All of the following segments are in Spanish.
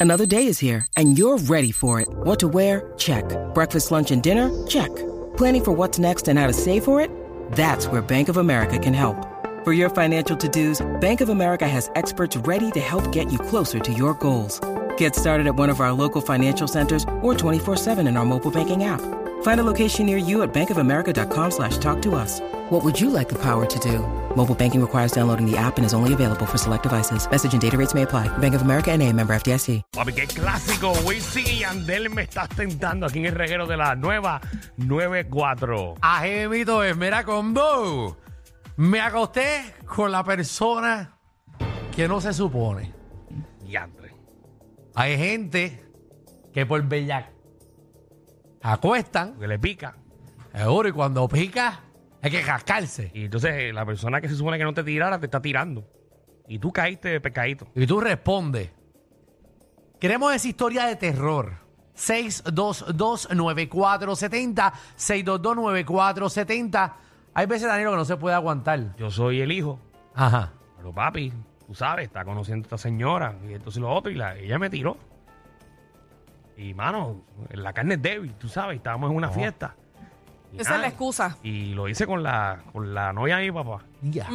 Another day is here, and you're ready for it. What to wear? Check. Breakfast, lunch, and dinner? Check. Planning for what's next and how to save for it? That's where Bank of America can help. For your financial to dos, Bank of America has experts ready to help get you closer to your goals. Get started at one of our local financial centers or 24-7 in our mobile banking app. Find a location near you at bankofamerica.com slash talk to us. What would you like the power to do? Mobile banking requires downloading the app and is only available for select devices. Message and data rates may apply. Bank of America and a member FDIC. Papi, qué clásico. Wisin y Yandel me estás tentando aquí en el reguero de la nueva 94. Ajé, mito es, mira, combo. Me acosté con la persona que no se supone. Y André. Hay gente que por bellac acuestan, Que le pica. seguro, y cuando pica hay que cascarse. Y entonces eh, la persona que se supone que no te tirara te está tirando. Y tú caíste de pecadito. Y tú respondes. Queremos esa historia de terror. 622-9470. 622-9470. Hay veces, Danilo, que no se puede aguantar. Yo soy el hijo. Ajá. Pero papi, tú sabes, está conociendo a esta señora. Y entonces lo otro. Y la- ella me tiró. Y mano, la carne es débil, tú sabes. Estábamos en una fiesta. Y Esa nada, es la excusa. Y lo hice con la, con la novia de mi papá. Ya.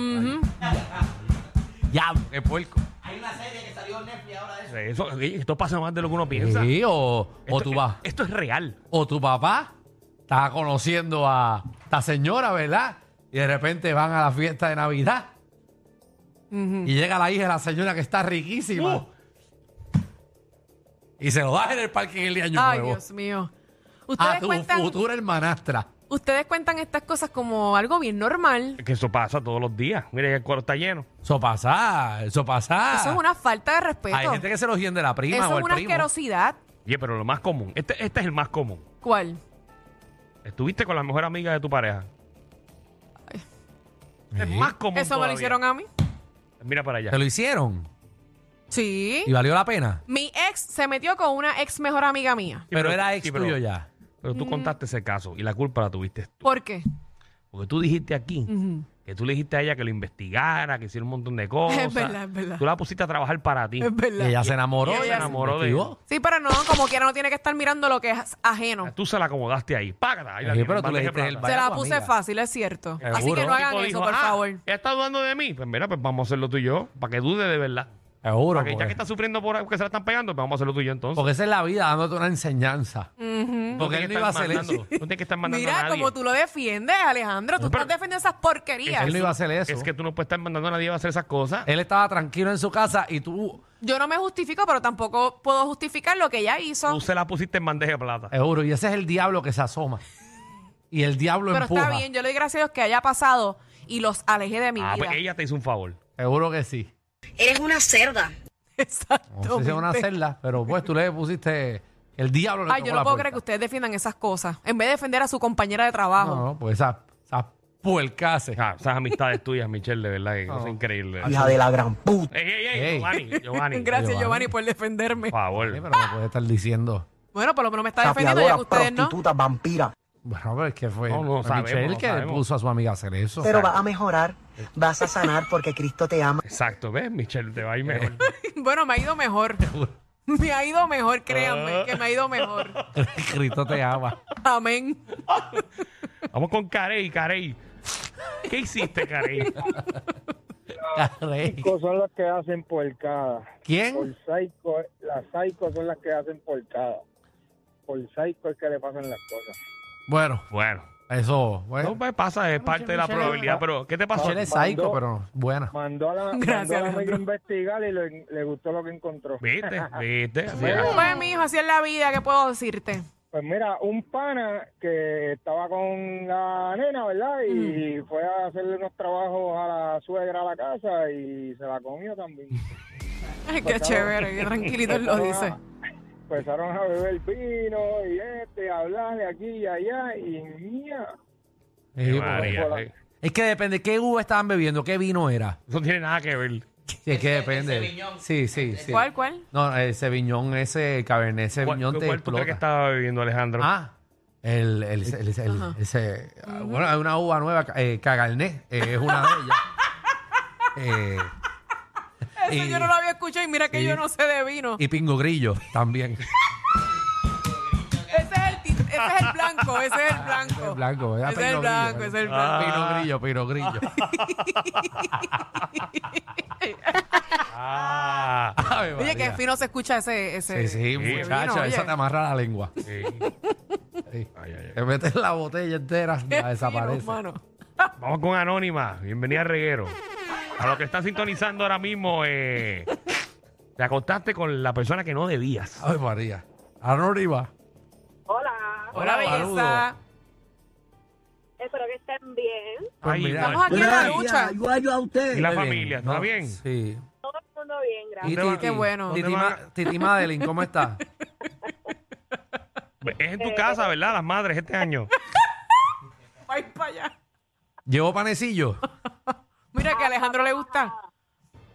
Ya, qué puerco. O sea, Eso, esto pasa más de lo que uno piensa. Sí, o, o Esto- tú vas. Esto es real. o tu papá estaba conociendo a esta señora, ¿verdad? Y de repente van a la fiesta de Navidad. Y llega la hija de la señora que está riquísima. Uh. Y se lo da en el parque en el día año Ay, nuevo. Ah, Dios mío. A Ustedes tu cuentan, futura hermanastra. ustedes cuentan estas cosas como algo bien normal. Es Que eso pasa todos los días. Mira, el cuadro está lleno. Eso pasa, eso pasa. Eso es una falta de respeto. Ah. Hay gente que se lo hiende la prima Eso o es el una primo. asquerosidad. Oye, pero lo más común. Este, este es el más común. ¿Cuál? Estuviste con la mejor amiga de tu pareja. Es más común. Eso me lo todavía. hicieron a mí. Mira para allá. ¿Te lo hicieron? Sí. ¿Y valió la pena? Mi ex se metió con una ex mejor amiga mía. Sí, pero, era ex sí, pero- tuyo ya. Pero Mm. tú contaste ese caso y la culpa la tuviste tú. ¿Por qué? Porque tú dijiste aquí Ujú. que tú le dijiste a ella que lo investigara, que hiciera un montón de cosas. Es verdad, es verdad. Tú la pusiste a trabajar para ti. Es Y verdad. ella se enamoró. Y ella se enamoró de- investigó. Sí, pero no, como quiera no tiene que estar mirando lo que es ajeno. Tú se la acomodaste ahí. Págata. Ahí la Sí, tienes, pero tú le bandeja dijiste de el plata. Ah, Vaya Se la tu puse amiga. fácil, es cierto. Así Seguro. que no hagan tipo eso, dijo, por "Ah, favor. Ella está dudando de mí. Pues mira, pues vamos a hacerlo tú y yo. Para que dude de verdad. Seguro. pues. Para que ya porque- que está sufriendo por que se la están pegando, pues vamos a hacerlo tú y yo entonces. Porque esa es la vida dándote una enseñanza. No tiene Porque él que no iba a estar hacer mandando- eso. No tiene que estar mandando a Mira nadie. como tú lo defiendes, Alejandro. Tú No, pero- estás defendiendo esas porquerías. Él no iba a hacer eso. Es que tú no puedes estar mandando a nadie a hacer esas cosas. Él estaba tranquilo en su casa y tú, Yo no me justifico, pero tampoco puedo justificar lo que ella hizo. Tú se la pusiste en bandeja de plata. euro, y ese es el diablo que se asoma. Y el diablo Pero empuja. está bien, yo le doy gracias a Dios que haya pasado y los alejé de mi Ah, vida. pues ella te hizo un favor. Seguro que sí. Eres una cerda. No Exacto. sé si es una celda, pero pues tú le pusiste el diablo. le Ay, tocó yo la no puedo creer que puerta. ustedes defiendan esas cosas. En vez de defender a su compañera de trabajo. No, no, pues esas esa puercases. Ah, esas amistades tuyas, Michelle, de verdad, que son increíbles. Hija de la gran puta. Ey, ey, ey, Ey. Giovanni, Giovanni. Gracias, Giovanni. Giovanni. por defenderme. Por favor. Pero no puedes estar diciendo. Bueno, por lo menos me está defendiendo ya Chapeadora, que ustedes no. prostituta, vampira. Bueno, pero es que fue No, no Michelle sabemos, que no le sabemos. puso a su amiga a hacer eso. Pero vas a mejorar, vas a sanar porque Cristo te ama. Exacto, ¿ves? Michelle te va a ir mejor. Bueno, me ha ido mejor. Me ha ido mejor, Ah. créanme, que me ha ido mejor. Cristo te ama. Amén. Vamos con Carey, Carey. ¿Qué hiciste, Carey? Carey. psycho son los que hacen porcada. Por ¿Quién? psycho, las psycho son las que hacen porcada. Por psycho es que le pasan las cosas. Bueno, Bueno. eso. Bueno. No pues, pasa, es parte de la probabilidad, pero ¿qué te pasó? Michelle es psyco, Mandó- pero buena. Mandó a la, Gracias, mandó a la amiga Alejandro. a investigar y le, le gustó lo que encontró. ¿Viste? ¿Viste? ah, Así es. Pues, mi hijo, así es la vida, ¿qué puedo decirte? Pues mira, un pana que estaba con la nena, ¿verdad? Y Mm. fue a hacerle unos trabajos a la suegra a la casa y se la comió también. Ay, qué chévere, qué tranquilito él lo dice. Empezaron a beber vino y este, a hablar de aquí y allá y mía. Sí, Qué porque- María, por- eh. Es que depende qué uva estaban bebiendo, qué vino era. Eso no tiene nada que ver. Sí, es que depende. Sí, sí, sí. ¿Cuál, cuál? No, el Sevillón ese, el ¿Cuál, Cabernet Sevillón te cuál tú crees que explota. estaba bebiendo Alejandro? Ah, el, el, el- el- el- ese- bueno, hay una uva nueva, eh, Cagarnet, eh, es una de ellas. Eh, Eso Y- yo no lo había escuchado y mira que sí. yo no sé de vino. y Pingo Grillo también. Ese es el, ti- ese es el blanco, ese es el Ah, El blanco. blanco, ¿verdad? Ese es el Pingo blanco, Grillo, ese es el Ah. blanco. Pino Grillo, Pino Grillo. Ah. Ave Oye, que María. fino se escucha ese. Sí, ese sí, Sí. Vino, muchacha, oye. esa te amarra la lengua. Sí. Sí. Ay, ay, ay. Te metes la botella entera, la Qué fino, desaparece. mano. Vamos con Anónima. Bienvenida a Reguero. A los que están sintonizando ahora mismo, eh, te acostaste con la persona que no debías. Ay, María. Anónima. Hola, Hola, Hola, belleza. saludo. espero que estén bien. Pues Ay, mira. Estamos aquí en la lucha. Y la Muy bien, familia, ¿no? ¿está bien? Sí. Todo el mundo bien, gracias. ¿Dónde va- Qué bueno. Titi, ¿Dónde Ma- va? Titi Madeline, ¿cómo estás? Es en tu casa, ¿verdad? Las madres este año. Ay, para allá. ¿Llevo panecillo? Mira que a Alejandro le gusta.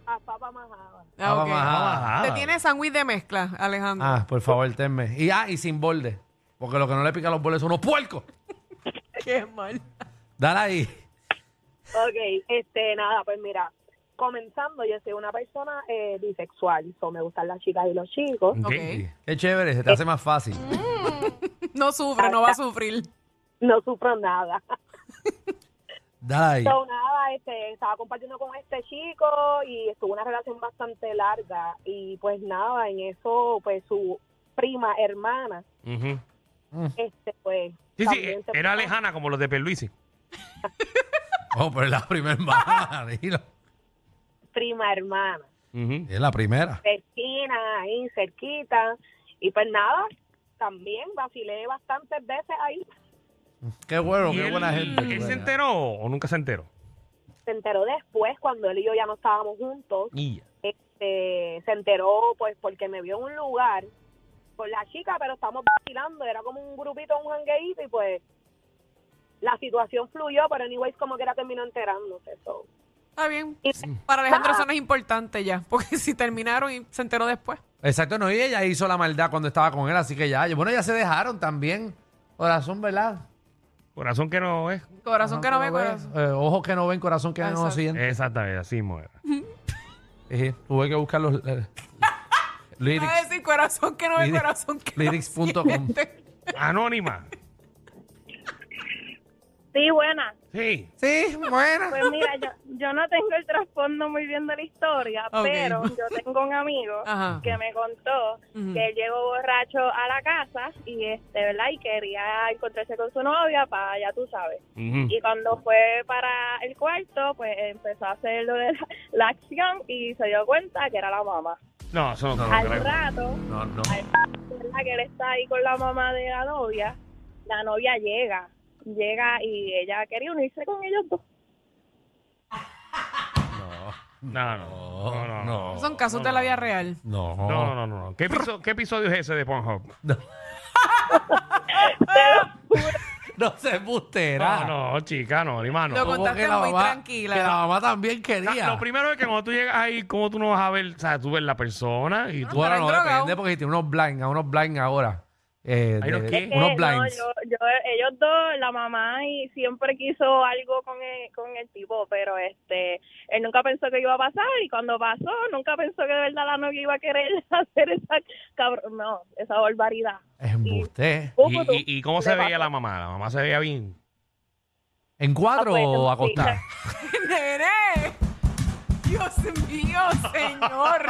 A Papa Majaba. Ah, ok. Ah, Te tiene sándwich de mezcla, Alejandro. Ah, por favor, tenme. Y, ah, y sin borde. Porque lo que no le pica los bordes son unos puercos. Qué mal. Dale ahí. Ok, este, nada, pues mira, comenzando, yo soy una persona eh, bisexual, so, me gustan las chicas y los chicos. Ok. Qué chévere, se te hace más fácil. No sufre, no va a sufrir. No sufro nada. Dale ahí. So, nada, este, estaba compartiendo con este chico y estuvo una relación bastante larga y pues nada, en eso, pues su prima, hermana, Ujú. este, pues... Sí, sí, también eh, se era puso- lejana como los de Perluisi. Oh, pero es la primera hermana. dilo. Prima, hermana. Ujú. Es la primera. cerquina, ahí cerquita. Y pues nada, también vacilé bastantes veces ahí. Qué bueno, ¿Y qué él- buena gente. qué ¿Él se buena. enteró o nunca se enteró? Se enteró después, cuando él y yo ya no estábamos juntos. Este, se enteró, pues, porque me vio en un lugar con la chica, pero estamos vacilando. Era como un grupito, un jangueíto, y pues la situación fluyó, pero anyways, como que era terminó enterándose. so. Está bien. Y- Para Alejandro eso no es importante ya, porque si terminaron y se enteró después. Exacto, no, y ella hizo la maldad cuando estaba con él, así que ya. Bueno, ya se dejaron también. Corazón, ¿verdad? Corazón que no es. Corazón que no ve, corazón. Eh, ojos que no ven, corazón que no Exacto. siente. Exactamente, así mismo era. Eh, tuve que buscar los eh, Va a lyrics. decir corazón que no ve, Lyrics- corazón que no lyrics.com. siente. Anónima. Sí, buena. Sí. Sí, bueno. Pues mira, yo, yo no tengo el trasfondo muy bien de la historia, Ok. pero yo tengo un amigo Ajá. que me contó Ujú. que él llegó borracho a la casa y este, ¿verdad? Y quería encontrarse con su novia para, ya tú sabes. Ujú. Y cuando fue para el cuarto, pues empezó a hacer lo de la, la acción y se dio cuenta que era la mamá. No, eso no, Al creo. rato, No, no. ¿verdad? Que él está ahí con la mamá de la novia, la novia llega, llega y ella quería unirse con ellos dos. No, no, no, no, no. Son casos de la vida real. No. No, no, no, no. ¿Qué, episo- qué episodio es ese de Pornhub? No se embustera. No, no, chica, no, hermano. Lo Como contaste que la muy mamá- tranquila. Que la mamá también quería. Lo primero es que cuando tú llegas ahí, ¿cómo tú no vas a ver? O sea, tú ves la persona y tú... Bueno, Estarán no drogados. depende porque tiene unos blind, a unos blind ahora. Eh, ¿Hay de- unos qué? que unos no, blinds. yo, yo, ellos dos, la mamá y siempre quiso algo con el, con el tipo, pero este, él nunca pensó que iba a pasar y cuando pasó, nunca pensó que de verdad la novia iba a querer hacer esa cabrón, no, esa barbaridad. Embuste. ¿Y, Ujú, tú. y- y cómo se Le veía pasó. la mamá? La mamá se veía bien. ¿En cuatro Ah, pues, o sí. acostada? ¡Nene! ¡Dios mío, señor!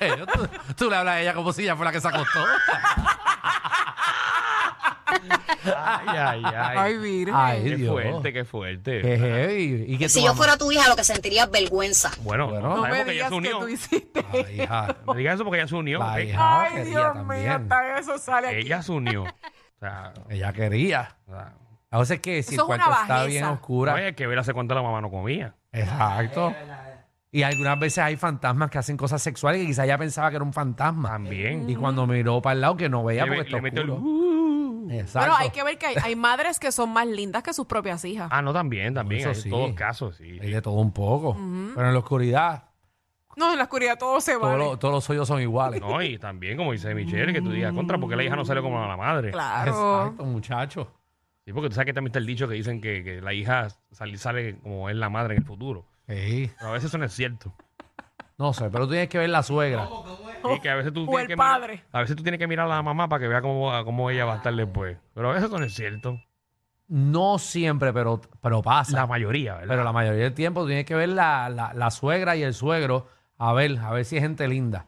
Eh, ¿tú, tú le hablas a ella como si ella fuera la que se acostó. Ay, ay, Ay, virgen. Ay, Qué Dios. Eh, fuerte, qué fuerte. Qué heavy. ¿Y que Si yo fuera tu hija, lo que sentiría es vergüenza. Bueno, Bueno. no, No sabemos me que ella digas se que unió. tú hiciste. La hija. No digas eso porque ella se unió. La ¿ok? hija Ay, quería Dios mío, también. hasta eso sale aquí. Ella se unió. O sea, Ella quería. o sea, A veces que si Eso el es una cuarto está bajeza. bien oscura. no hay que ver hace cuánto la mamá no comía. Exacto. Y algunas veces hay fantasmas que hacen cosas sexuales que quizás ella pensaba que era un fantasma. También. Y cuando miró para el lado que no veía Le- porque está le metió el- "Uh". oscuro. Exacto. Bueno, hay que ver que hay, hay madres que son más lindas que sus propias hijas. Ah, no, también, también. Eso hay sí. todos casos, sí. Hay de todo un poco. Pero en la oscuridad, No, en la oscuridad todo se todos vale. los- todos los hoyos son iguales. No, y también, como dice Michelle, que tú digas contra, porque la hija no sale como a la madre. Mm. Claro. Exacto, muchachos. Sí, porque tú sabes que también está el dicho que dicen que, que la hija sal- sale como es la madre en el futuro. Sí. Pero a veces eso no es cierto. No sé, pero tú tienes que ver la suegra. Sí, que a veces tú O tienes el que padre. Mirar, a veces tú tienes que mirar a la mamá para que vea cómo, a cómo ella va a estar después. Pero a veces eso no es cierto. No siempre, pero, pero pasa. La mayoría, ¿verdad? Pero la mayoría del tiempo tienes que ver la, la- la suegra y el suegro a ver, a ver si es gente linda.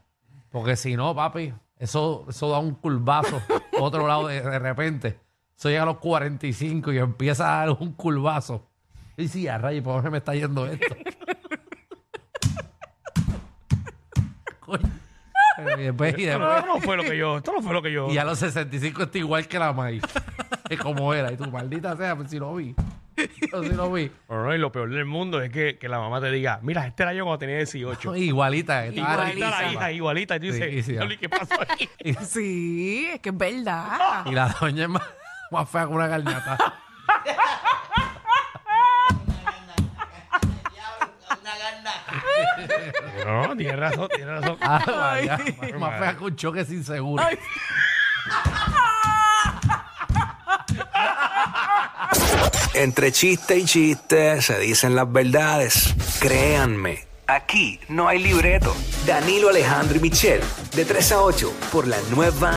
Porque si no, papi, eso, eso da un curvazo a otro lado de, de repente. Eso llega a los 45 y empieza a dar un curvazo. Y si a rayos, ¿por dónde me está yendo esto? Coño. Pero y después- y Esto después- no, esto no fue lo que yo. Esto no fue lo que yo. y a los 65 está igual que la maíz. Es como era. Y tú, maldita sea, pues si lo vi. Yo sí lo vi. Pero no, y lo peor del mundo es que, que la mamá te diga: Mira, este era yo cuando tenía 18. Igualita. estaba Igualita la hija, igualita. Y tú Sí, dices: sí, "Diablo, ¿y ¿Qué pasó aquí? Sí, es que es verdad. Y la doña es más, más fea que una garnata. No, no, tienes razón, tienes razón. Ah, vaya, más, madre. fea que un choque sin seguro. Entre chiste y chiste se dicen las verdades. Créanme, aquí no hay libreto. Danilo Alejandro y Michel, de 3 a 8, por la nueva